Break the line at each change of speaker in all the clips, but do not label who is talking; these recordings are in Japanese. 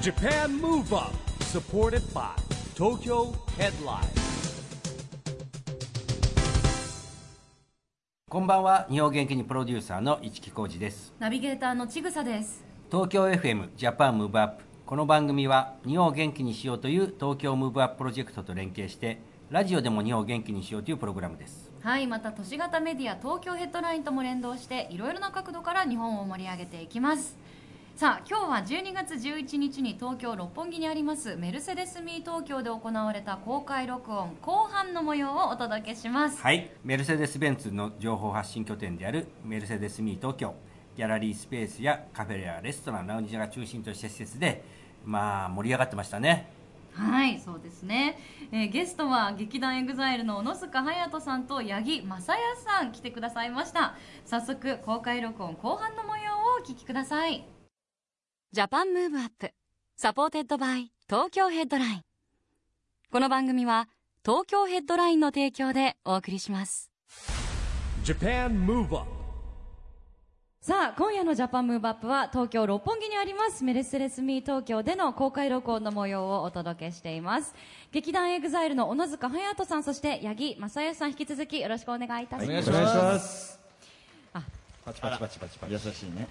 JAPAN MOVE UP SUPPORTED BY TOKYO HEADLINE
こんばんは日本元気にプロデューサーの市木浩司です
ナビゲーターのちぐさです。
東京 FM ジャパンムーブアップこの番組は日本を元気にしようという東京ムーブアッププロジェクトと連携してラジオでも日本を元気にしようというプログラムです
はい、また都市型メディア東京ヘッドラインとも連動していろいろな角度から日本を盛り上げていきます。さあ今日は12月11日に東京六本木にありますメルセデスミー東京で行われた公開録音後半の模様をお届けします。
はいメルセデス・ベンツの情報発信拠点であるメルセデス・ミー東京ギャラリースペースやカフェやレストランラウンジが中心とした施設でまあ盛り上がってましたね
はいそうですね、えーゲストは劇団エグザイルの小野塚隼人さんと八木正也さん来てくださいました早速公開録音後半の模様をお聞きくださいジャパンムーブアップサポーテッドバイ東京ヘッドラインこの番組は東京ヘッドラインの提供でお送りします
JAPAN MOVE UP
さあ今夜のジャパンムーブアップは東京六本木にありますメルセデスミー東京での公開録音の模様をお届けしています劇団エグザイルの小野塚隼人さんそして八木正也さん引き続きよろしくお願いいたします、
お願いします。
あ
パチパチパチパチパチ。優しいね。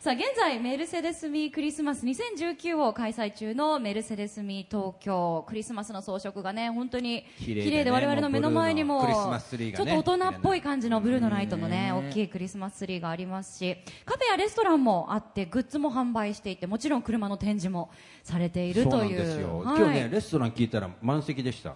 さあ現在メルセデスミークリスマス2019を開催中のメルセデスミー東京クリスマスの装飾がね本当に綺
綺麗で
麗
ね
で我々の目の前にも
もうブルーのクリスマスツリーがね
ちょっと大人っぽい感じのブルーのライトのね大きいクリスマスツリーがありますしカフェやレストランもあってグッズも販売していてもちろん車の展示もされている
そう
と
なん
い
です
う
よ、
はい
今日ねレストラン聞いたら満席でした、
や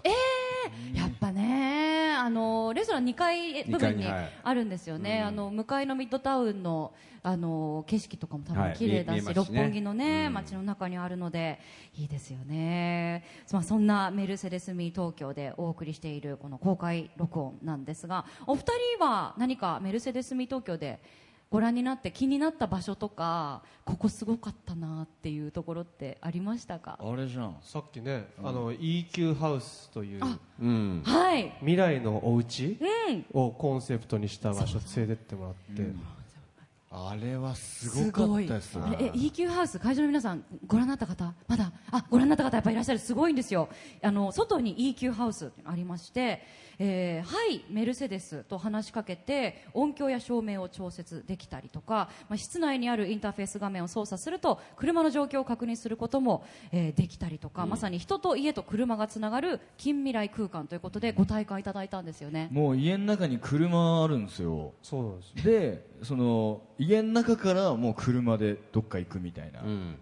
っぱねあのレストラン2階部分
二階に
に
はい
あるんですよね、あの向かいのミッドタウンのあの景色とかも多分綺麗だ
はい見
し,、
え見えます
六
ね
本木のね、街の中にあるのでいいですよね、まあ、そんなメルセデスミー東京でお送りしているこの公開録音なんですがお二人は何かメルセデスミー東京でご覧になって気になった場所とかここすごかったなっていうところってありましたか
あれじゃん。
さっきね、あの EQ ハウスという
うん、
はい
未来のお家
うん
をコンセプトにした場所連れてってもらって、
あれはすごかったですよ
あ。れえ EQ ハウス会場の皆さんご覧になった方まだあご覧になった方やっぱいらっしゃるすごいんですよあの外に EQ ハウスっていうのがありまして、えーはいメルセデスと話しかけて音響や照明を調節できたりとか、まあ、室内にあるインターフェース画面を操作すると車の状況を確認することも、えーできたりとか、まさに人と家と車がつながる近未来空間ということでご体感いただいたんですよね
もう家の中に車あるんですよ。
そうなんですよ
で、その家の中からもう車でどっか行くみたいな。
うん、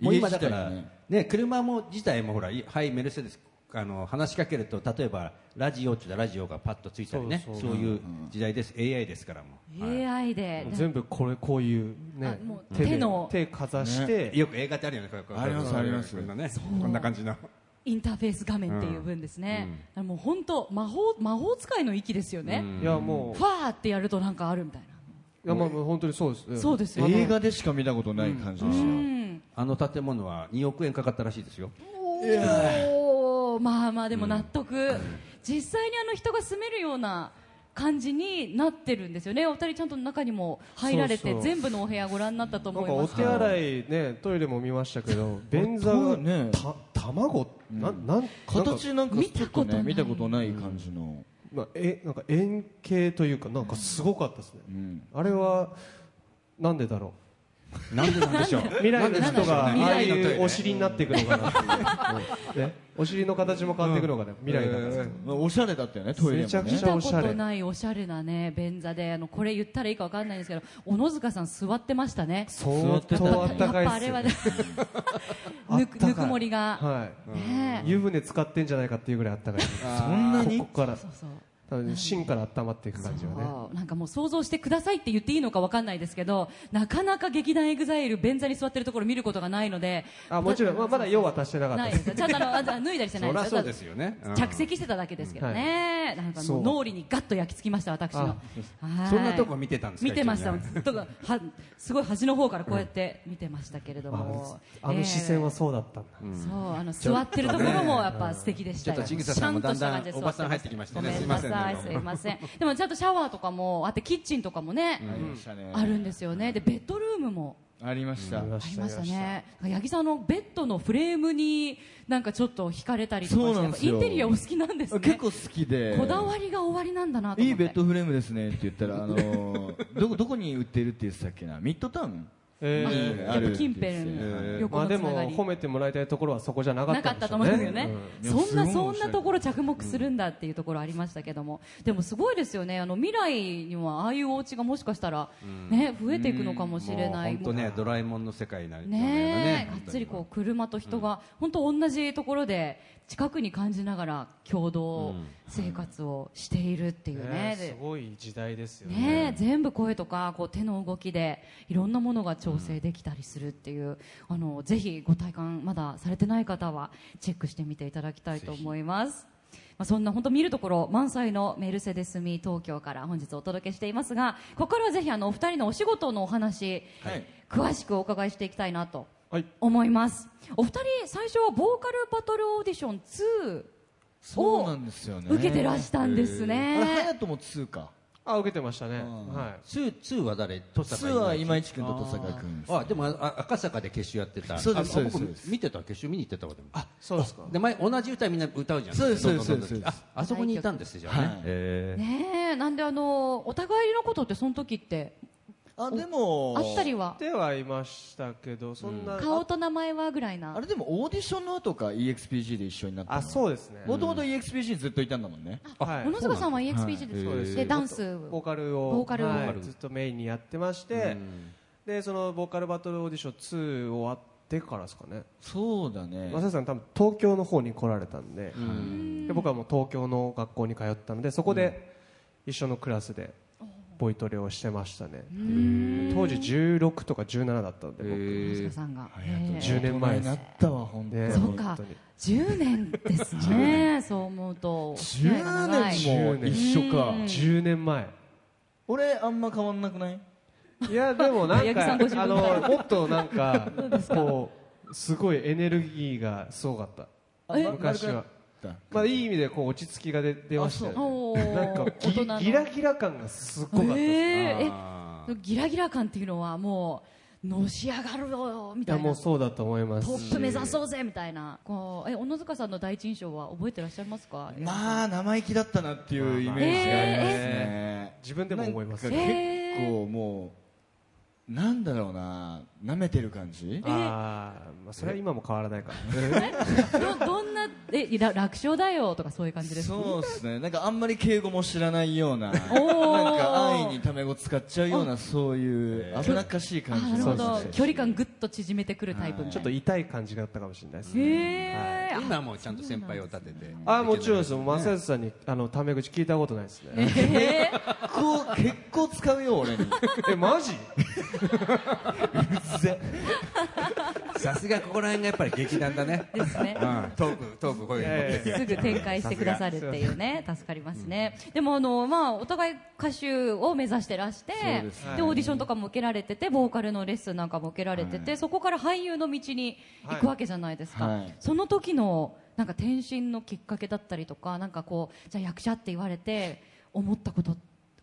もう今だから、
家自体
ね
が
車も自体もほらいはいメルセデスあの話しかけると例えばラジオって言ったらラジオがパッとついたりねそ
そうう
いう時代です、AI ですからもう、はい
AI で
全部これこういうね
あもう
で
手の
手かざして、
よく映画ってあるよねこうこう
あります
こう
あります
こんなねこんな感じの
インターフェース画面っていう分ですね、もう本当魔法魔法使いの域ですよね、
いやもう
ファーってやるとなんかあるみたいな、
いやまあもう本当にそうです、ね、
そうですよね
映画でしか見たことない感じでし
うん
あの建物は2億円かかったらしいですよ
おーまあまあでも納得、実際にあの人が住めるような感じになってるんですよねお二人ちゃんと中にも入られて
そうそう
全部のお部屋ご覧になったと
なん
思い
かお
ます
手洗いねトイレも見ましたけど便座が、
ね
た卵なんなん
た。形なんか
見たことない
ちょっね見たことない感じの。
なんかえなんか円形というかなんかすごかったですね、あれはなんでだろ
なんでなんでしょう
う未
な
来の
んで
人
しょうね
がああ
未来のトイ
い
レ
うお尻になっていくのかなっていう、ね、お尻の形も変わっていくのがね未来だから、
まあおしゃれだったよねトイレも
めちゃく
ね
見
ち。ゃ
た
お
こ
しゃ
と
れ
ないおしゃれなね便座であのこれ言ったらいいかわかんないんですけど小野塚さん座ってましたね
相当あったか
や
いっ
っぱあ
す
れ
よ
は
ね
ね ぬく
あったかい
ぬくもりが、
はい
ねえ
湯船使ってんじゃないかっていうぐらいあったかいです
そんなに
ここから
そうそう
多分芯から温まっていく感じはね
そうなんかもう想像してくださいって言っていいのかわかんないですけどなかなか劇団エグザイル便座に座ってるところ見ることがないので
あもちろん、まあ、まだ用は足してなかった
ない
で
ですすよちゃんとあのあ脱いだりしてない
そりゃ
よ
そうですよね、うん
着席してただけですけどね、なんかも
そう
う脳裏にガッと焼き付きました私の
あ
はい
そんなとこ見てたんですか
見てました
一緒に
ずっとがはすごい端の方からこうやって見てましたけれども
あの視線
は
はそうだったんだ、
そうあの座ってるところもやっぱ素敵でし
ち
た
ょっ
よ
とちぐささんもだんだんおばさん入ってきましたね。すいませんね。
はいすいませんでもちゃんとシャワーとかもあってキッチンとかもね、
ありましたね
あるんですよねでベッドルームも
ありました
ありましたね八木さんのベッドのフレームになんかちょっと惹かれたりとか
そ
し
う
て
な
や
ん
っぱ
です
イ
よ
ンテリアお好きなんですね
結構好きで
こだわりが終わりなんだなと思って
いいベッドフレームですねって言ったら、あのーどこどこに売ってるって言ってたっけなミッドタウン
え
あ
ー
え
やっぱ近辺
えー
横
まあ
のつ
で
なが
も
り
褒めてもらいたいところはそこじゃなかっ
なか
た
っ
ん
た
でし
と
ょ
思
う
うんです
ね
よね、
うんいや
そんな
す
そ
ごい面白い
んなところ着目するんだっていうところありましたけどもでもすごいですよねあの未来にはああいうお家がもしかしたら、ね、増えていくのかもしれない、
本当ねドラえもんの世界になるような
ねえがっ
本当に
つりこう車と人が本当同じところで近くに感じながら共同生活をしているっていうね。
ねすごい時代ですよね
ねえ全部声とかこう手の動きでいろんなものが調整できたりするっていう、あのぜひご体感まだされてない方はチェックしてみていただきたいと思います。まあ、そんな本当見るところ満載のメルセデスミー東京から本日お届けしていますがここからはぜひあのお二人のお仕事のお話、
はい
詳しくお伺いしていきたいなと
はい
思いますお二人最初ボーカルバトルオーディション2
そうなんですよね
受けてらしたんです
あれ隼
ね、
人も2か
あ受けてましたね
ん
は
ツーツーは誰登坂
2は今市君と登坂君
あでもあ赤坂で決勝やってた
そうです
あ
そうです
あ僕
そうです
見てた決勝見に行ってたわでも
いそうですか
で前同じ歌みんな歌うじゃん
そうです
どんどんどんどん
そうですそうです
ああそこにいたんですねじゃあね、
はい
え
ねえなんであのお互いのことってその時って
あでも
あったりは
ではいましたけどそんな
顔と名前はぐらいな
あれでもオーディションの後か EXPG で一緒になったの
あそうですね
もともと EXPG ずっといたんだもんね
はい
小野塚さんは EXPG です、
そうです
でダンス
ボーカルを
ボーカルを
はいずっとメインにやってましてでそのボーカルバトルオーディション2終わってからですかね
そうだね
マサさん多分東京の方に来られたんでで僕はもう東京の学校に通ったのでそこで一緒のクラスでボイトレをしてましたね当時16とか17だったんで僕
小野塚さんが、ええ
10年前
大人
です
になったわ本当に、
ね
そうか
本当に
10年ですねそう思うとも
10年も一緒か
10年前
俺あんま変わんなくない
いやでもなん
八木さんご自
かあ
分から
のもっとなんかこうすごいエネルギーがすごかった
え
昔はまあいい意味でこう落ち着きが出出ましたよ
お
ねなんかギ
の
ギラギラ感がすっごかったです、
えーえ
あ
そのギラギラ感っていうのはもうのし上がるよみ
い
た
や
いな
もうそうだと思います
トップ目指そうぜみたいなこうえ小野塚さんの第一印象は覚えてらっしゃいますか
まあ生意気だったなっていうイメージがありますね、
自分でも思います
なんか結構もうなんだろうな舐めてる感じ
あーまあそれは今も変わらないから
どどんなえら楽勝だよとかそういう感じですか
そうですねなんかあんまり敬語も知らないようななん
おー
か安易にタメ語使っちゃうようなそういう危なっかしい
あ
感じ
なる
の
ほ
そ
ど
うです
距離感ぐっと縮めてくるタイプ
はい
ちょっと痛い感じだったかもしれないです
へ
ね
え
ー今はもうちゃんと先輩を立てて
あーもちろんですよ正義さんにあのタメ口聞いたことないですね
え
結構結構使うよ俺に
えマジ
さすがここら辺がやっぱり劇団だね
ですね
うんトークトークこういうの持って
すぐ展開してくださるっていうね助かりますね、でもあの、まあ、お互い歌手を目指してらしてで、オーディションとかも受けられててボーカルのレッスンなんかも受けられてて、そこから俳優の道に行くわけじゃないですか、
はい
その時のなんか転身のきっかけだったりとかなんかこうじゃあ役者って言われて思ったこと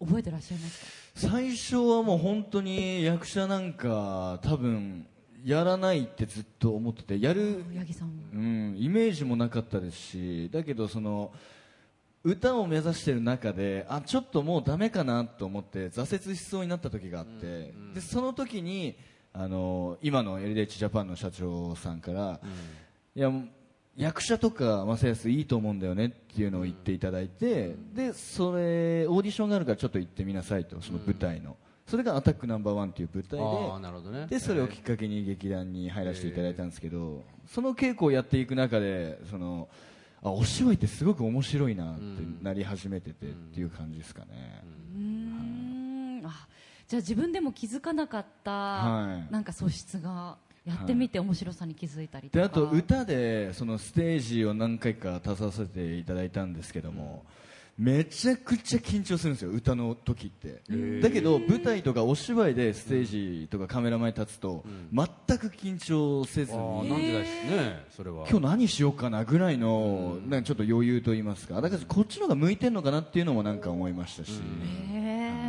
覚えてらっしゃいますか
最初はもう本当に役者なんか多分やらないってずっと思っててやる
八木さんは
うん、イメージもなかったですしだけどその歌を目指してる中であちょっともうダメかなと思って挫折しそうになった時があって、でその時にあの今の LDH ジャパンの社長さんから、いや役者とか正康いいと思うんだよねっていうのを言っていただいて、でそれオーディションがあるからちょっと行ってみなさいとその舞台の、それが「アタックナンバーワンっていう舞台で
ああなるほどね
でそれをきっかけに劇団に入らせていただいたんですけど、その稽古をやっていく中でそのあお芝居ってすごく面白いなってなり始めててっていう感じですかね、
うーんあじゃあ自分でも気づかなかった、
はい
なんか素質がやってみて面白さに気づいたりと
で
か、
あと歌でそのステージを何回か立たせていただいたんですけども、めちゃくちゃ緊張するんですよ歌の時ってだけど舞台とかお芝居でステージとかカメラ前に立つと全く緊張せず
あー
に
なんでだしねそれは
今日何しようかなぐらいのなんかちょっと余裕と言いますかだからこっちの方が向いてるのかなっていうのもなんか思いましたし
へえ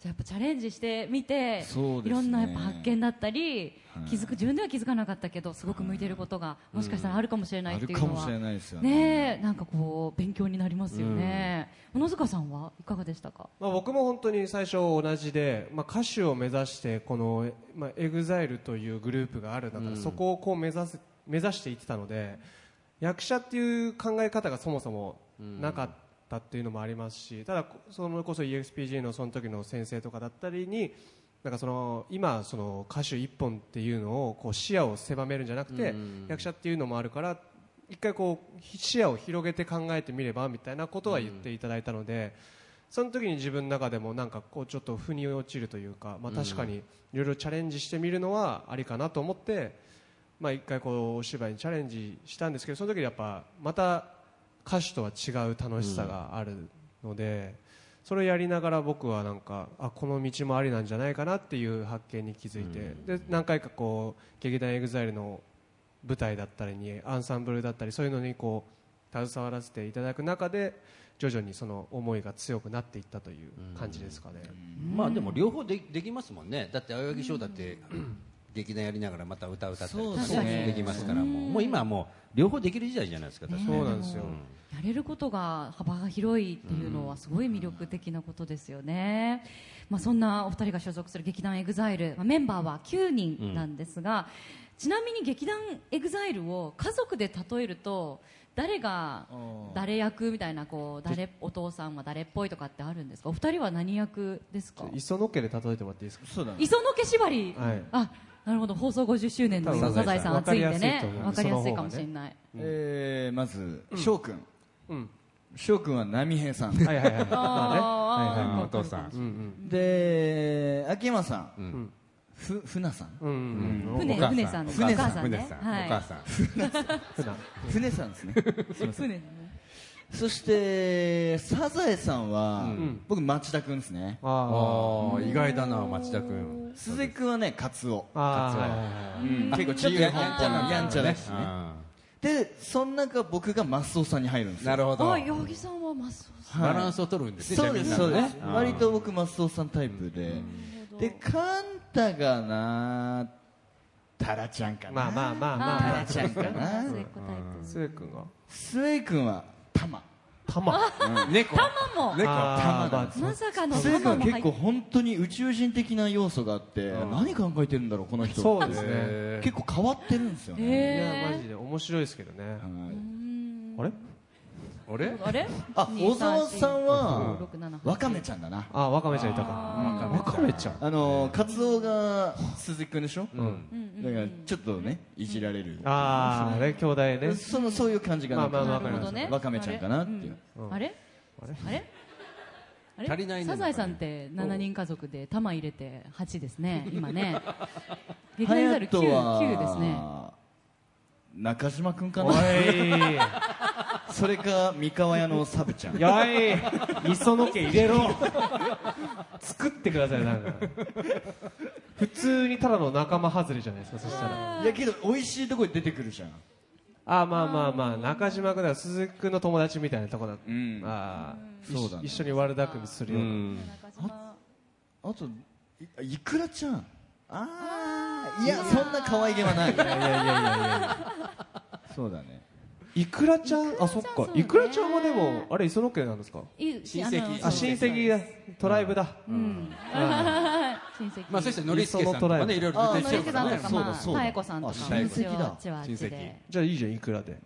じゃあやっぱチャレンジしてみて、
そうですね
いろんなやっぱ発見だったり、気づく自分では気づかなかったけどすごく向いてることがもしかしたらあるかもしれない
あ
っ
る
ていう
か
の
も
は
しれないですよね
ねえなんかこう勉強になりますよね、小野塚さんはいかがでしたか
まあ、僕も本当に最初同じで、まあ、歌手を目指してこの、まあ、EXILE というグループがあるんだから、そこをこう目指す目指していってたので役者っていう考え方がそもそもなかったっていうのもありますしただそれこそ EXPG のその時の先生とかだったりになんかその今その歌手一本っていうのをこう視野を狭めるんじゃなくて、役者っていうのもあるから一回こう視野を広げて考えてみればみたいなことは言っていただいたので、その時に自分の中でもなんかこうちょっと腑に落ちるというか、まあ、確かにいろいろチャレンジしてみるのはありかなと思って、まあ、一回こうお芝居にチャレンジしたんですけどその時やっぱまた歌手とは違う楽しさがあるので、それをやりながら僕はなんかあこの道もありなんじゃないかなっていう発見に気づいて、で何回かこう劇団 EXILE の舞台だったりにアンサンブルだったりそういうのにこう携わらせていただく中で徐々にその思いが強くなっていったという感じですかね、
まあでも両方でできますもんねだって青柳翔だって劇団やりながらまた歌歌ったりと
そ
か
うですね
できますからもうもう今はもう両方できる時代じゃないですか確かに
そうなんですよ、
やれることが幅が広いっていうのはすごい魅力的なことですよね、まあ、そんなお二人が所属する劇団 EXILE、まあ、メンバーは9人なんですが、ちなみに劇団 EXILE を家族で例えると誰が誰役みたいなこう誰お父さんは誰っぽいとかってあるんですかお二人は何役ですか
磯野家で例えてもらっていいですか
そうだね
磯野家縛り、
はい
あなるほど放送50周年の今
多分
サザエさん
サザ
熱
エ
い
さん
んでねわ
わ
か
か
り
り
やす
やす
い
い
か
と
も
思う
しれない、
えーまず翔くん翔くんは波平さん
はいはい はい
あー
お父さん
で秋山さんふふなさん
うんうんうん
船
お母さん
船さんですお
船さん
母さんねはい
お母さん
船さんです ねすいません
船ね
そしてサザエさんは僕町田くんですね
あ
ああ意外だな町田君
鈴木くんはねカツオ
ーあーはいはいはい
うん結構自由奔放なやんちゃだしね
あ
でその中僕がマスオさんに入るんですよ
ーなるほど
あ八木さんはマスオさ
はい
バランスを取るんですね
そうですそうです
あー
割と僕マスオさんタイプで
ほど
でカンタがなタラちゃんかな
まあまあまあまあまあ
タラちゃんか
末
な
っ子タイプ
スエ君が
スウェイ君はタマ
玉
猫
タマも
猫
あーまあ
まさかの
スウェ
タ
イ君
マ
は
も入
結
っ
構本当に宇宙人的な要素があって何考えてるんだろうこの人
そうですね
え
結構変わってるんですよ
へ
ね
い
え
やマジで面白いですけどねあれ
ーあれ
あれ
あ小沢さんは
六七
わかめちゃんだな
あーわかめちゃんいたかわかめちゃん
あのカツオが鈴木くんでしょだからちょっとねいじられる
ああね兄弟ね
そのそういう感じがなん
まあまあ
か
ま
な
あ
るほどね
わかめちゃんかなっていう
あれあれあれあれ
足りないね
サザエさんって7人家族で玉入れて8です ね今ね劇団ザル
隼人
9, 9ですね
は中島くんか
おい
なそれか三河屋のサブちゃん
やい磯野家入れろ作ってくださいなんか普通にただの仲間外れじゃないですかそしたら
いやけど美味しいとこに出てくるじゃん
あーまあまあまあ中島君だから鈴木君の友達みたいなとこだ
ん
あー
そうだね
一緒に悪巧みするような
あといいくらちゃんああいやそんな可愛げはないいやいやいやいやそうだね
いくらちゃんあそっ
そう
か
ね
いくらちゃんはでもあれ磯野家なんですか
い
親戚
の
あ親戚だトライブだ
親戚
まあそしてノリスケさんとかねいろいろ
あ
出
の
てきて
ノ
る
リ
か
さんとか、
らね
そうだ
まあ、
そうだ
妙子さんとか、
あ親戚だ
うちはうちはあっちで
親戚
じゃあいいじゃんいくらで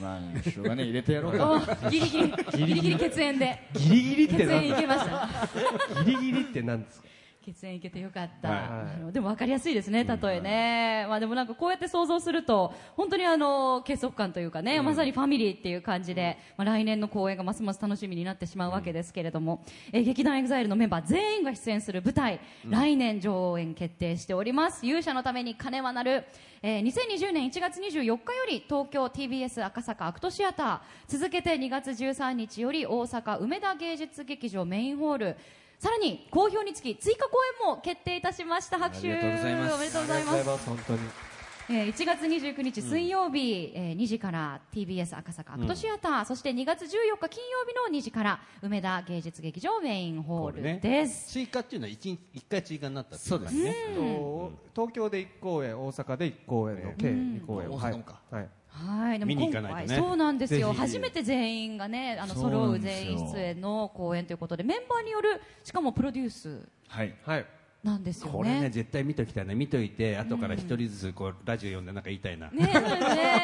まあしょうがね入れてやろうか
おギリギリ、ギリギリ血縁で、
ギリギリっ
血
てなん
縁いけました。
ギリギリってなんですか
血縁いけてよかった、
はい
なるほどでも分かりやすいですね、例えね、まあ、でもなんかこうやって想像すると本当にあの結束感というかね、まさにファミリーっていう感じで、まあ、来年の公演がますます楽しみになってしまうわけですけれども、えー劇団 EXILE のメンバー全員が出演する舞台、来年上演決定しております勇者のために金はなる、えー2020年1月24日より東京 TBS 赤坂アクトシアター続けて2月13日より大阪梅田芸術劇場メインホールさらに好評につき追加公演も決定いたしました拍手
ありがとうございます
おめでとうございます
ます本当に
えー1月29日水曜日、えー2時から TBS 赤坂アクトシアター、そして2月14日金曜日の2時から梅田芸術劇場メインホールです、
追加っていうのは一日一回追加になったってい
そうですね
と東京で1公演大阪で1公演の計2公演
う
を
ん
は
大
い
阪もか
はい
はいでも
見に行
今
か
回
ないとね
そうなんですよ
ぜひ
初めて全員がねあの
そう
揃
な
うん
です
全
よ
員出演の公演ということでメンバーによるしかもプロデュース
はい
はい
なんですよね
これね絶対見ときたいね見といて後から一人ずつこうラジオ読んでなんか言いたいな、
ねそうですね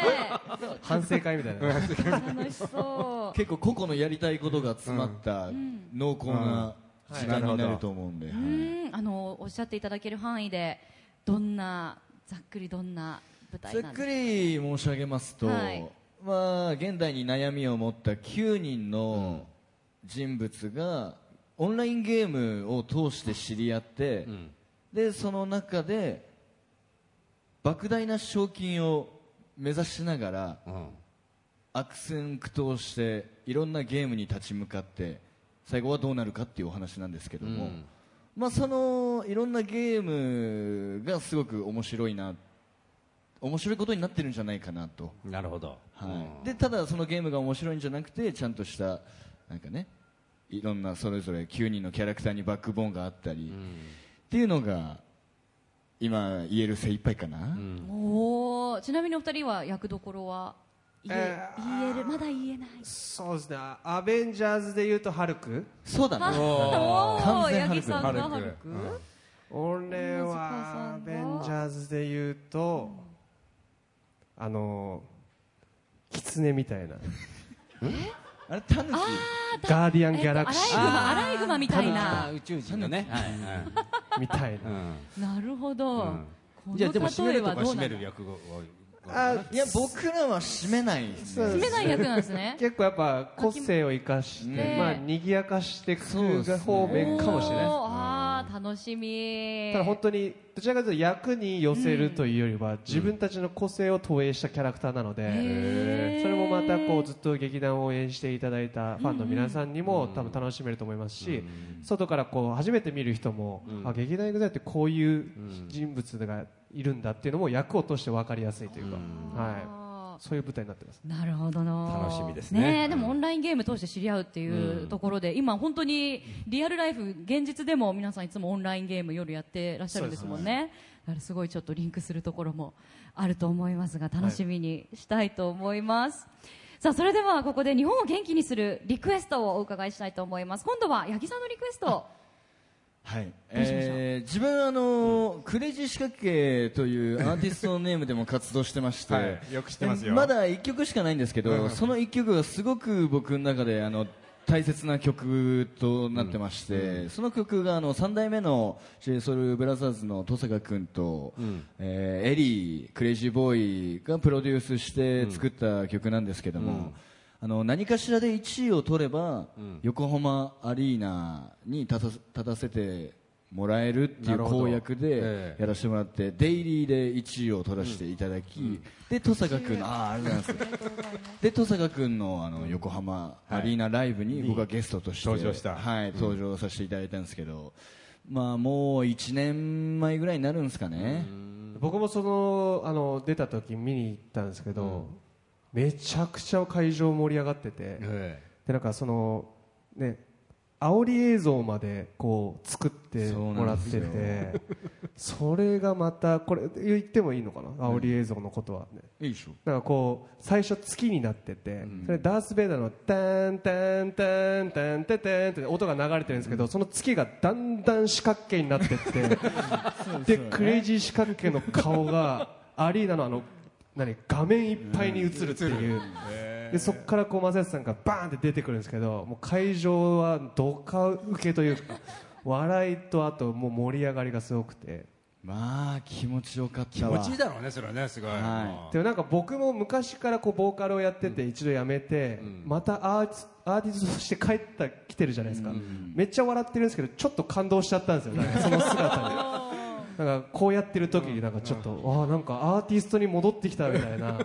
反省会みたいな
楽しそう
結構個々のやりたいことが詰まった濃厚な時間になると思うんで、は
う
い
んあのおっしゃっていただける範囲でどんなざっくりどんな舞
ざ
台
っ
なんです
く
か
り申し上げますと、
はい
まあ、現代に悩みを持った9人の人物がオンラインゲームを通して知り合って、
ん
でその中で莫大な賞金を目指しながら
うん
悪戦苦闘していろんなゲームに立ち向かって最後はどうなるかっていうお話なんですけども、
うん
まあ、そのいろんなゲームがすごく面白いな面白いことになってるんじゃないかなと、
なるほど、
はいでただそのゲームが面白いんじゃなくてちゃんとしたなんかねいろんなそれぞれ9人のキャラクターにバックボーンがあったり、っていうのが今言える精一杯かな、
おおちなみにお二人は役どころは言え,、
え
言えるまだ言えない
そうですねアベンジャーズでいうとハルク
そうだね
おお
完全
八木
ハルク
さんがハ
ハ
ル
ル
ク、
俺はアベンジャーズで言うとあの狐みたいな
あれタヌキ
ガーディアン・
え
ギ
っとアライ
ャラ
グ
クシー
マアライグマみたい
あ
な
ー宇宙人のね、はい
みたい
はい
な
なるほど、
ん
この
じゃあでも締め
例え
ると
は
か
どう
締
な
め
の
る役を
あ
いや僕らは締めないですね
そう
締めない役なんですね
結構やっぱ個性を生かして、
ね
まあ賑やかしていく
そうですね
方面かもしれないです
おーあー楽しみ
ただ本当にどちらかというと役に寄せるというよりは、自分たちの個性を投影したキャラクターなので、
へー
それもまたこうずっと劇団を応援していただいたファンの皆さんにも、多分楽しめると思いますし、外からこう初めて見る人も、あ劇団 EXILE ってこういう人物がいるんだっていうのも役を通して分かりやすいというか、はい、
あー
そういう舞台になってます。
なるほどな
楽しみですね
えでもオンラインゲーム通して知り合うっていうところで、今本当にリアルライフ現実でも皆さんいつもオンラインゲーム夜やってらっしゃるんですもんねだからすごいちょっとリンクするところもあると思いますが楽しみにしたいと思います、さあそれではここで日本を元気にするリクエストをお伺いしたいと思います今度は八木さんのリクエスト
はい、
どうしましょう
えー自分はあのークレイジー仕掛けというアーティストのネームでも活動してまして、
はいよく知ってますよ
えまだ1曲しかないんですけど、その1曲がすごく僕の中であの大切な曲となってまして、その曲があの3代目の j s o u l b r o t h e r s の登坂君と、えーエリー、クレイジーボーイがプロデュースして作った曲なんですけども、あの何かしらで1位を取れば、横浜アリーナに立た立たせてもらえるってい
な
う
るほど
公約で
ええ
やらせてもらって、デイリーで1位を取らせていただき、で登坂君のあーありがとうございますで登坂君のあの横浜アリーナライブに僕はゲストとして
登場した
はい、登場させていただいたんですけど、まあもう1年前ぐらいになるんですかね、
僕もそのあの出た時見に行ったんですけど、めちゃくちゃ会場盛り上がってて、
え
でなんかそのね煽り映像までこう作ってもらって
そうなん
てそれがまたこれ言ってもいいのかな煽り映像のことはね、
いいでしょ
なんかこう最初月になってて、それダース・ベイダーの「タンタンタンタンタンタン」って音が流れてるんですけど、その月がだんだん四角形にな ってってでクレイジー四角形の顔がアリーナのあの何画面いっぱいに映るっていう、でそこからこう正康さんがバーンって出てくるんですけどもう会場はドカウケというか笑いとあともう盛り上がりがすごくて
まあ気持ちよかっ
気
たわ
持ちいいだろうねそれはねすごい、
は
でもなんか僕も昔からこうボーカルをやってて一度やめて、またアーティスアーティストとして帰った来てるじゃないですか、めっちゃ笑ってるんですけどちょっと感動しちゃったんですよなんかその姿 になんかこうやってる時になんかちょっと、ああなんかアーティストに戻ってきたみたいな、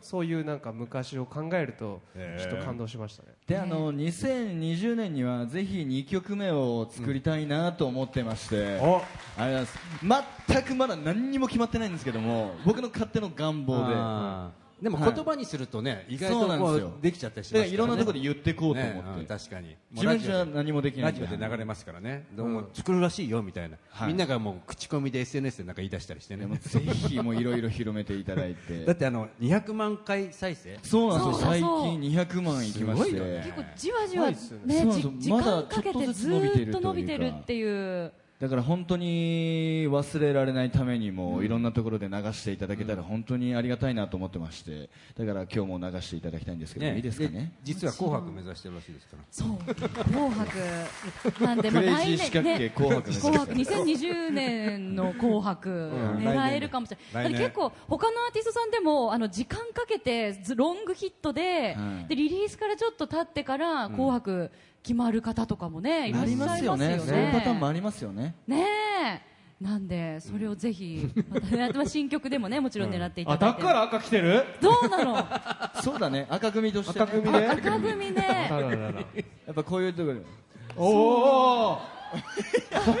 そういうなんか昔を考えるとちょっと感動しましたね、
であの2020年にはぜひ2曲目を作りたいなと思ってまして、あ
お
りがとうございます全くまだ何にも決まってないんですけども僕の勝手の願望でだか
あーでも言葉にするとね、意外と
そうなん
こ
です
う
よ
できちゃったりしますから、
ら
ね、
いろんなところで言ってこうと
ね
思っ
うん
て、
確かに
自分じゃ何もできな
ラ
いん
ジ
で
オで流れますからね、どうも作るらしいよみたいな、
はい
みんながもう口コミで SNS でなんか言い出したりしてね
でもぜひもういろいろ広めていた だいて
だってあの200万回再生
そうなんで
そ
すよ
う
最
そう
近200万いきまして
すごいよね
結構じわじわ、ね
そうなんです
じ
よ
時
まだ
間かけ
ちょってとずつ
ず
伸びて
ーっと
るというか
伸びてるっていう
だから本当に忘れられないためにもいろんなところで流していただけたら本当にありがたいなと思ってましてだから今日も流していただきたいんですけど、いいですかね
実は「紅白」目指してるらしいですから
そう「紅白」なんで、
クレイジー
来
四角
年ね
形紅白です
紅白2020年の紅白狙えるかもしれない、
来年
だから結構他のアーティストさんでもあの時間かけてずロングヒットで,、
はい
でリリースからちょっと経ってから「紅白」決まる方とかもね、いら
な
っしゃ
り
いま
ますす
よ
よ
ね
ねそういうパターンもありますよね
ねえなんでそれをぜひ、またねまあ新曲でもねもちろん狙っていた
あ
だ
だ
いて、
から赤着てる
どうなの
そうだね赤組として、ね、
赤組ね
赤組
あ
ね
ららら
やっぱこういうところで
おお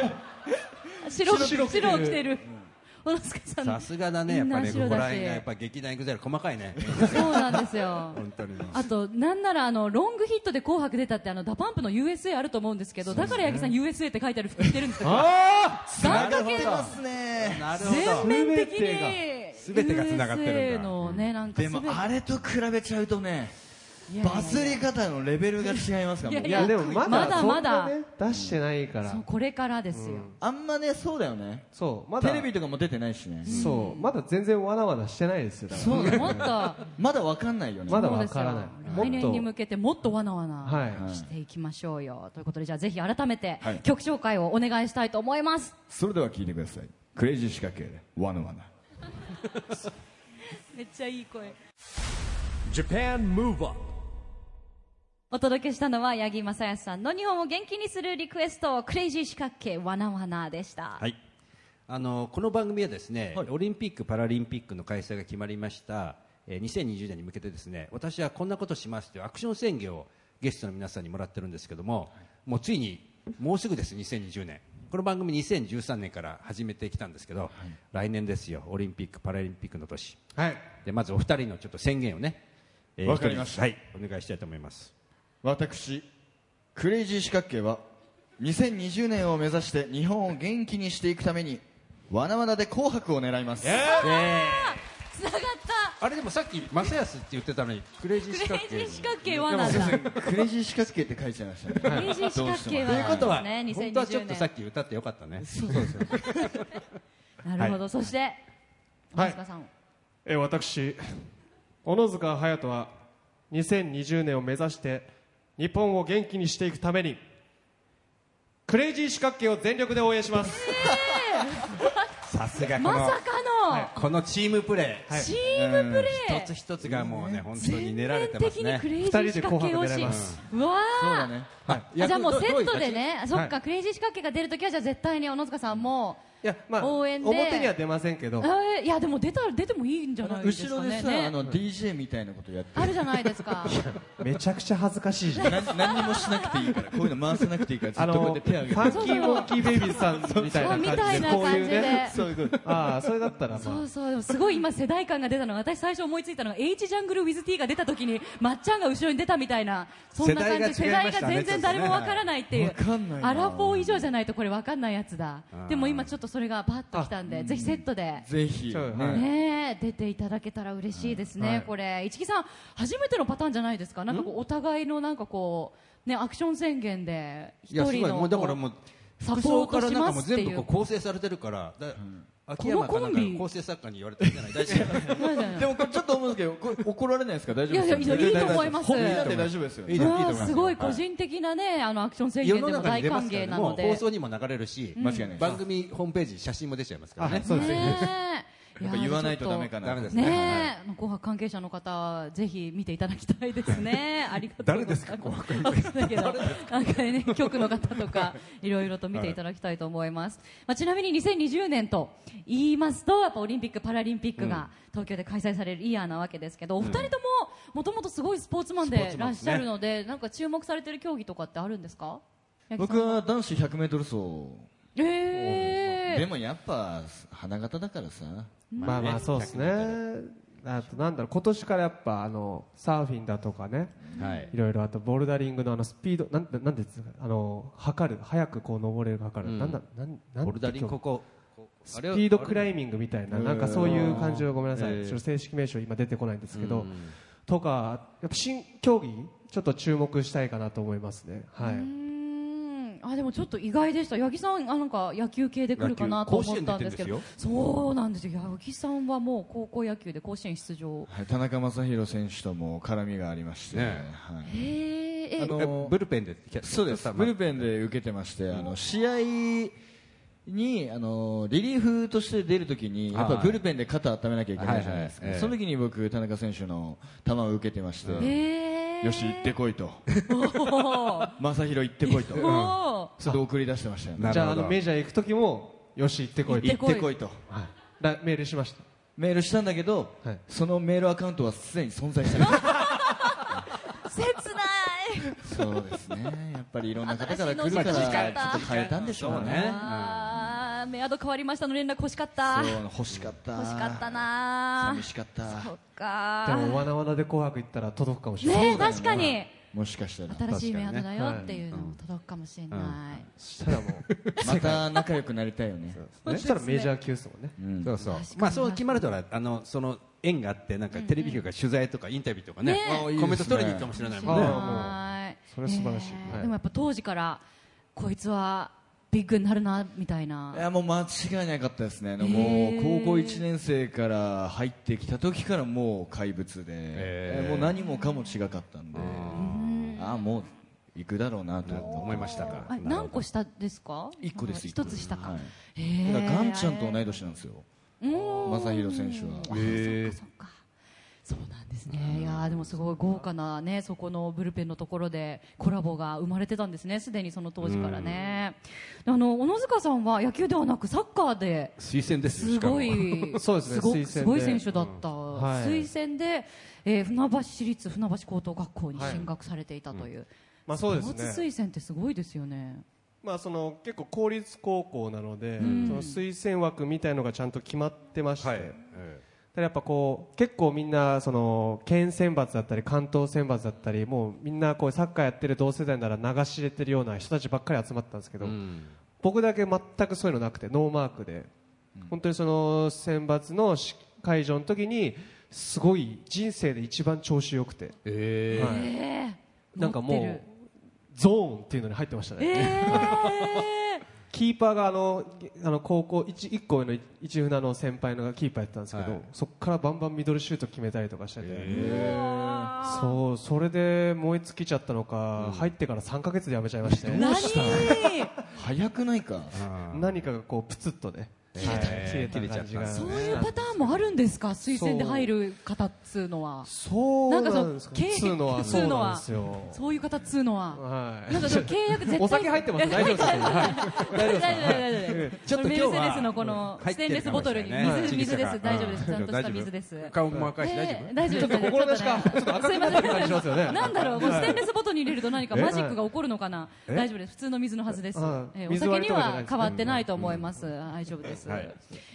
白白
白着てる
白を着てる小野塚さん
さすがだねやっぱ
みん
ね
な
ここら
白だ
辺がやっ
し
ぱ劇団 EXILE 細かいね
そうなんです よ
本当にもう
あとなんならあのロングヒットで「紅白」出たってあのダパンプの USA あると思うんですけどだから八木さん USA って書いてある服着てるんですか
あ
願掛けの
すね
なるほ
全面的に
全てが繋がってるんだ
USA のねなんか
です
べ
も
て
あれと比べちゃうとね
いやいやいや
バズり方のレベルが違いますからもう
い
い
や
やでもまだ
まだ
そんな
まだ
ね出してないから
そうこれからですよ
あんまねそうだよね
そうまだ
テレビとかも出てないしね
そうまだ全然わなわなしてないですよだから
そうだよ
も っと
まだわかんないよね
まだ
そう
わ
です
からない
よ来年に向けてもっとわなわ
は
ないしていきましょうよ、ということでじゃあぜひ改めて
はい
曲紹介をお願いしたいと思います、
それでは聞いてくださいクレイジー仕掛けワナワナ
めっちゃいい声
Japan Move Up
お届けしたのは八木正康さんの日本を元気にするリクエストクレイジー四角形わなわなでした、
はいあのこの番組はですね、オリンピック・パラリンピックの開催が決まりました、えー2020年に向けてですね私はこんなことしますというアクション宣言をゲストの皆さんにもらってるんですけども、もうついにもうすぐです2020年この番組2013年から始めてきたんですけど、来年ですよオリンピック・パラリンピックの年
はい
でまずお二人のちょっと宣言をね、えー
わかりました
一人ずつはい、お願いしたいと思います
私クレイジー四角形は2020年を目指して日本を元気にしていくためにわなわなで紅白を狙います、
つながった
あれでもさっき正康って言ってたのにクレイジー四
ク
角
レイ
形
ジー四角形わなだク
クレイジー四角形って書いちゃいましたね
レイジー四角形
ということは、
わななんですね
本当はちょっ
2020
とさっ
年
き歌ってよかったね
なるほど、そして
は
小野
い
塚さん
えー私小野塚隼人は2020年を目指して日本を元気にしていくためにクレイジー四角形を全力で応援します
さすがこの,、
まさかの、
このチームプレー、
チームプレー、
一つ一つがもうね本当に
全
練られ
面
てま
的
す
に
ね
クレイジー仕掛けを
二人で紅白狙
し
いま
うわ
そうだ
あ、
ね
はい
あじゃあもう
役
セ
ど
ッ
ど
ト
うい
で
う
ねそっ
は
かクレイジー仕掛けが出るときはじゃあ絶対に小野塚さんも
いやまあ
応援で
表には出ません けど
あいやでも出たら出てもいいんじゃないですか
後ろ
ね
でさ、
ね
あの DJ みたいなことやって
あるじゃないですか
めちゃくちゃ恥ずかしいじゃん
何何にもしなくていいからこういうの回さなくていいからず
あ
っとこうや
の
って
ファ
手上げて
ンキーモンキーベイビーさんみたいな感じ
みたい
で
な
こう
感
い
じ
う
で
ね
そういうこと
ああそれだったらまあ
そうそうでもすごい今世代感が出たのが私最初思いついたのが H ジャングル WithT が出たときにまっちゃんが後ろに出たみたいなそんな感じで世
世代が違いま
代が
したね
全然誰もわからないっていう
わかんないな
アラフォー以上じゃないとこれわかんないやつだでも今ちょっとそれがバッときたんでぜひセットで
ぜひ
そう
ね
はい
ねえ出ていただけたら嬉しいですね、これ市木さん初めてのパターンじゃないですかなんかこうお互いのなんかこうねアクション宣言で
い
一
やすごい
人の
もうだからもう
サ
服
ポ
装
ー
か
ト
ら
し
なん
ま
かも
す
う
って
全
い
部こう
う
構成されてるからだ、
秋山かな
この
んか
コンビ
構成作家に言われてるじゃない大丈夫
でもこれちょっと思うんですけど、これ怒られないですか大丈夫ですか
いやいやいいと思います
本気なんで大丈夫ですよね。
いいと思います
すごい個人的なね、あのアクション宣
世
言
の
でも
中
大
に出ま
歓
すから
迎
ね
な
も
の
う
で。
放送にも流れるし
間違いないです
番組ホームページ写真も出ちゃいますからね
そうですね
ねえ。
やっぱ言わないとダメかな。
ダメです
ねえ、紅白関係者の方、ぜひ見ていただきたいですね。ありがとうございます。誰ですか、紅白関係者。けど、なんかね、局の方とか、いろいろと見ていただきたいと思います。まあ、ちなみに2020年と言いますと、やっぱオリンピック・パラリンピックが東京で開催されるイヤーなわけですけど、お二人とも、もともとすごいスポーツマンでいらっしゃるので、なんか注目されてる競技とかってあるんですか
僕、は男子 100m 走。
八木さん
で
え
もやっぱ、花形だからさ。
まあまあそうですねあとなんだろう今年からやっぱあのサーフィンだとかね、
はい、
いろいろあとボルダリングのあのスピードなんてなんていうんですかあの測る早くこう登れる測る、なんだなんなん
ボルダリング
て
ここ
スピードクライミングみたいななんかそういう感じのごめんなさい、
えー
ちょっと正式名称今出てこないんですけど、とかやっぱ新競技ちょっと注目したいかなと思いますねはい、
うんあでもちょっと意外でした、八木さん、あなんか野球系で来るかなと思ったんですけど、
野球甲
そうなんですよ、八木さんはもう高校野球で甲子園出場、
はい田中将大選手とも絡みがありまして。はい
へええ
あの
ブルペンでキャ
そうです。ブルペンで受けてまして、あの試合にあのリリーフとして出るときに、やっぱブルペンで肩温めなきゃいけないじゃないです
はいは
か。
いはいええ
その時に僕田中選手の球を受けてまして、
へえ
よし行ってこいと、
おー
正大行ってこい と、
おー
それで送り出してましたよね。
じゃああのメジャー行く時もよし行ってこい
行
と
ってこい
行ってこいと。
はいラメールしました
メールしたんだけど、
はい
そのメールアカウントはすでに存在してました
切ない、
そうですねやっぱりいろんな方から来
私
る
の
か
時
ら
間だ
ちょっと変えたんでしょうね
あーメアド変わりましたの連絡欲しかった、
そう欲しかった
欲しかったな
寂、しかった
そっ
でも
か、
わなわなで紅白行ったら届くかもしれない
ね確かに、
もしかしたら
新しいメアドだよっていうのも届くかもしれない。
そしたらもう
また仲良くなりたいよ ね
そしたらメジャー級ですもんね
そうそう
確かに
まあそう決まるとはあのその縁があってなんかテレビ局が取材とかインタビューとかね
ねえ
あコメント取りに行くかもしれないもんね
はい
それ素晴らしい
えー
はい
でもやっぱ当時からこいつはビッグになるなみたいない
やもう間違いなかったですねもう高校1年生から入ってきた時からもう怪物で、えーもう何もかも違かったんでああもう行くだろうなと
思いましたか
あ何個下ですか
一個です
あ一つ下か、
はい
へ
だから
ー
ガンちゃんと同い年なんですよ
うん
正宏選手は
あーそっかそっかそうなんですねいやーでもすごい豪華なねそこのブルペンのところでコラボが生まれてたんですねすでにその当時からねあの小野塚さんは野球ではなくサッカーで
推薦です
す
しかも
ごい、
そうですね
ご
推薦です
ごい選手だった、
はい
推薦で、えー船橋市立船橋高等学校に
はい
進学されていたという、
まあそうで
スポー
す
ツ
ね
推薦ってすごいですよね。
まあその結構公立高校なので、その推薦枠みたいのがちゃんと決まってまして、ただやっぱこう結構みんなその県選抜だったり関東選抜だったりもうみんなこうサッカーやってる同世代なら流し入れてるような人たちばっかり集まったんですけど、僕だけ全くそういうのなくてノーマークで、本当にその選抜のし会場の時にすごい人生で一番調子良くて、はい
え
なんか
持って
も
る
うゾーンっていうのに入ってました
ー、
ね。
え
キーパーがあのげあの高校一一個上の一船の先輩のがキーパーやってたんですけど、そこからバンバンミドルシュート決めたりとかしてて、そうそれで燃え尽きちゃったのか、入ってから3か月でやめちゃいまして
ー、何
早くないか
何かがこうプツッとね消えた感じが
そういうパターンもあるんですか推薦で入る方っつうのは
そう
なんか
な
そ
ん
の
ですか
経営
つうのは
つう
そう
の
なん
は
ですよ
そういう方っつうのは、
はい
なんかその契約絶対
お酒入ってま す
いや
大丈夫ですか
大丈夫大丈夫大丈夫
ちょっと今日
メルセデスの
は
このス
入って
テ
る
ンレスボトルに
かもしれないね
水水です大丈夫ですちゃん
う
とし
ん
た
大丈夫
水です
顔も赤いし大丈夫
えー大丈夫です
心なしか
ちょっと赤くなって
感じしますよね
なんだろう、もうステンレスボトルに入れると何かマジックが起こるのかな。大丈夫です。普通の水のはずです。
うん
えーお
水
酒
割
に
りとかじゃな
は
いですね
変わってないと思います。大丈夫です。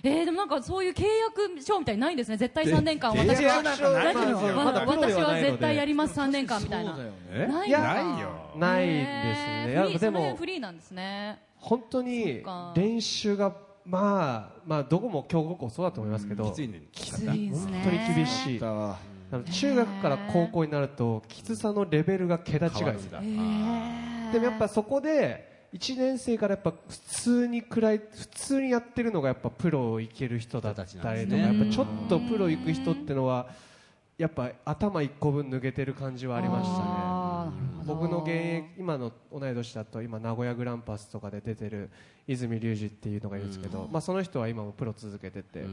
えーでもなんかそういう契約書みたいにないんですね。絶対3年間私は。大丈夫ですわ私は絶対やります3年間みたいな。
え
ないのか
ないよ
ないですねいや
フリー
で
その
も
辺フリーなんですね。
本当に
か
練習がまあまあどこも強豪校そうだと思いますけど、
きついね
きついですね。
本当に厳しい、
だわ
あの中学から高校になるときつさのレベルが桁違いです
だ
えー
でもやっぱそこで1年生からやっぱ普通にくらい普通にやってるのがやっぱプロ行ける人だったりとか、やっぱちょっとプロ行く人ってのはやっぱ頭1個分抜けてる感じはありましたね。
あーなるほど
僕の現役今の同い年だと今名古屋グランパスとかで出てる泉隆二っていうのがいるんですけど、まあ、その人は今もプロ続けてて、っ
へ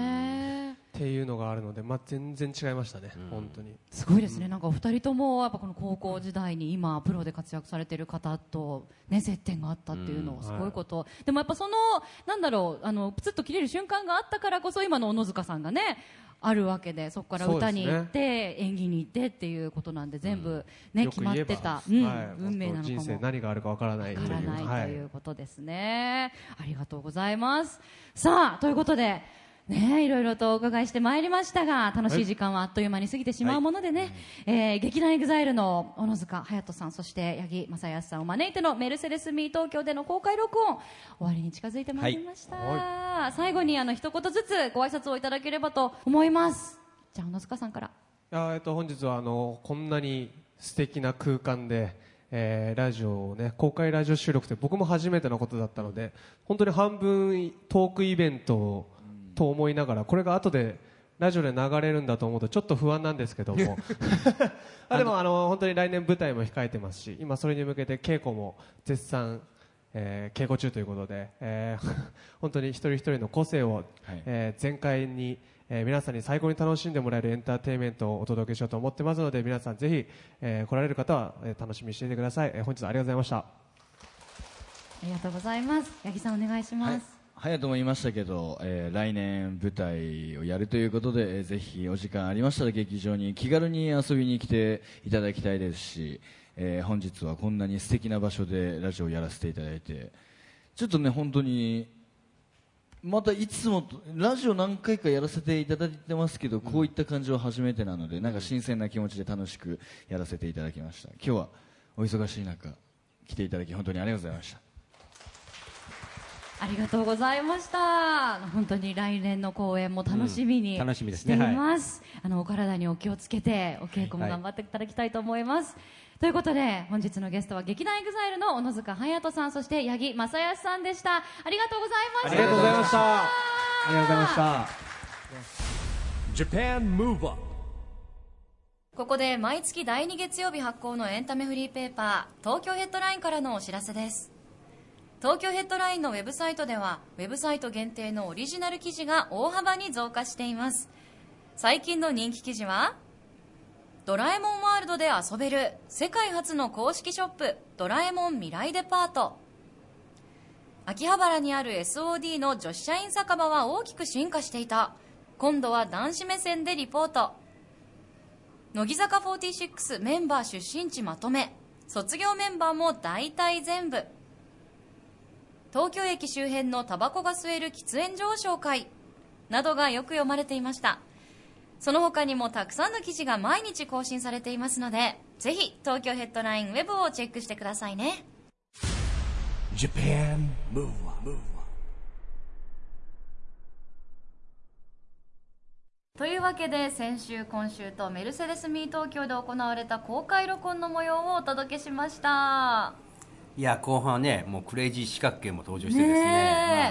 え
ていうのがあるので、まあ、全然違いましたね、本当に
すごいですね、なんかお二人ともやっぱこの高校時代に今、プロで活躍されてる方と、ね、接点があったっていうのはすごいこと、でもやっぱその、なんだろうあの、プツッと切れる瞬間があったからこそ、今の小野塚さんがね、あるわけで、そこから歌に行って、演技に行ってっていうことなんで、全部、ね
よ
決
く
まっ
言えば
てた、
はい
うん
本当
運命なのか
人生
も。
何があるかわからないとい
わ
う
から
は
ない
い
ということですね、ありがとうございますさあということでねいろいろとお伺いしてまいりましたが楽しい時間はあっという間に過ぎてしまうものでね、えー劇団 EXILE の小野塚隼人さんそして八木正康さんを招いてのメルセデス・ミー東京での公開録音終わりに近づいてまいりました、最後にあの一言ずつご挨拶をいただければと思いますじゃあ小野塚さんから
いやーえっと、本日はあのこんなに素敵な空間で、えーラジオをね公開ラジオ収録って僕も初めてのことだったので本当に半分トークイベントと思いながらこれが後でラジオで流れるんだと思うとちょっと不安なんですけ ども あでもあの本当に来年舞台も控えてますし今それに向けて稽古も絶賛、えー稽古中ということで、えー 本当に一人一人の個性を、
はい
えー全開に、えー皆さんに最高に楽しんでもらえるエンターテインメントをお届けしようと思ってますので皆さんぜひ、えー来られる方は、えー楽しみにしていてください、えー本日はありがとうございました
ありがとうございます八木さんお願いします、
隼人も言いましたけど、えー来年舞台をやるということで、えーぜひお時間ありましたら劇場に気軽に遊びに来ていただきたいですし、えー本日はこんなに素敵な場所でラジオをやらせていただいてちょっとね本当にまたいつもとラジオ何回かやらせていただいてますけど、こういった感じは初めてなのでなんか新鮮な気持ちで楽しくやらせていただきました今日はお忙しい中来ていただき本当にありがとうございました
ありがとうございました。本当に来年の公演も楽しみに、
うん楽しみですね
しています、あのお体にお気をつけてお稽古も頑張っていただきたいと思います。ということで本日のゲストは劇団 EXILE の小野塚隼人さんそして八木正康さんでした。ありがとうございました。
ましたありがとうございました
Japan Move Up
ここで毎月第2月曜日発行のエンタメフリーペーパー東京ヘッドラインからのお知らせです東京ヘッドラインのウェブサイトではウェブサイト限定のオリジナル記事が大幅に増加しています最近の人気記事は「ドラえもんワールドで遊べる世界初の公式ショップドラえもん未来デパート」秋葉原にある SOD の女子社員酒場は大きく進化していた今度は男子目線でリポート乃木坂46メンバー出身地まとめ卒業メンバーも大体全部東京駅周辺のタバコが吸える喫煙所を紹介などがよく読まれていましたその他にもたくさんの記事が毎日更新されていますのでぜひ東京ヘッドラインウェブをチェックしてくださいね
Japan Move Up, move up.
というわけで先週今週とメルセデス・ミー東京で行われた公開録音の模様をお届けしました
いや後半はねもうクレイジー四角形も登場してですね
ね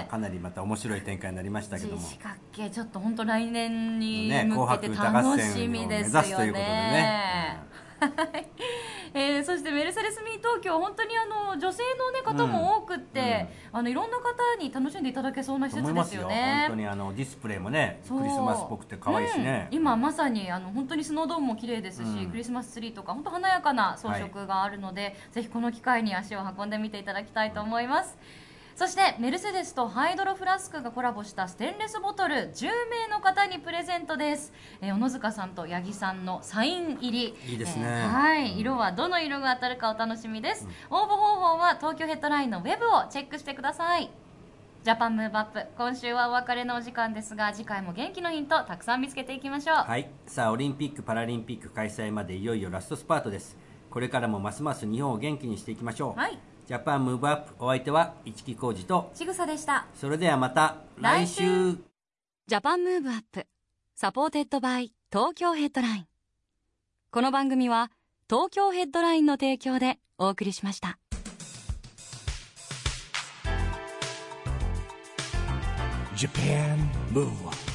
ま
え
あ、かなりまた面白い展開になりましたけども
四角形ちょっと本当来年に
ね
向けて
紅白
楽
歌合
し
戦を目
みで
指
す
す
よ
ということでね
ね。はいえーそしてメルセデス・ミー東京本当にあの女性の、ね、方も多くって、あのいろんな方に楽しんでいただけそうな施
思
設
い
で
ますす
よ
よ
ね。
本当にあのディスプレイもねク
そう
リスマスっぽくて可愛いしね、
うん今まさにあの本当にスノードームも綺麗ですし、
うん
クリスマスツリーとか本当華やかな装飾があるので、ぜひこの機会に足を運んでみていただきたいと思います、そしてメルセデスとハイドロフラスクがコラボしたステンレスボトル10名の方にプレゼントです、えー小野塚さんと八木さんのサイン入り
いいですね
えーはい色はどの色が当たるかお楽しみです、応募方法は東京ヘッドラインのウェブをチェックしてくださいジャパンムーブアップ今週はお別れのお時間ですが次回も元気のヒントたくさん見つけていきましょう、
はい、さあオリンピック・パラリンピック開催までいよいよラストスパートですこれからもますます日本を元気にしていきましょう、
はい
ジャパンムーブアップお相手は市木浩二と
ちぐさでした
それではまた来
来
週
ジャパンムーブアップサポーテッドバイ東京ヘッドラインこの番組は東京ヘッドラインの提供でお送りしました
Japan Move Up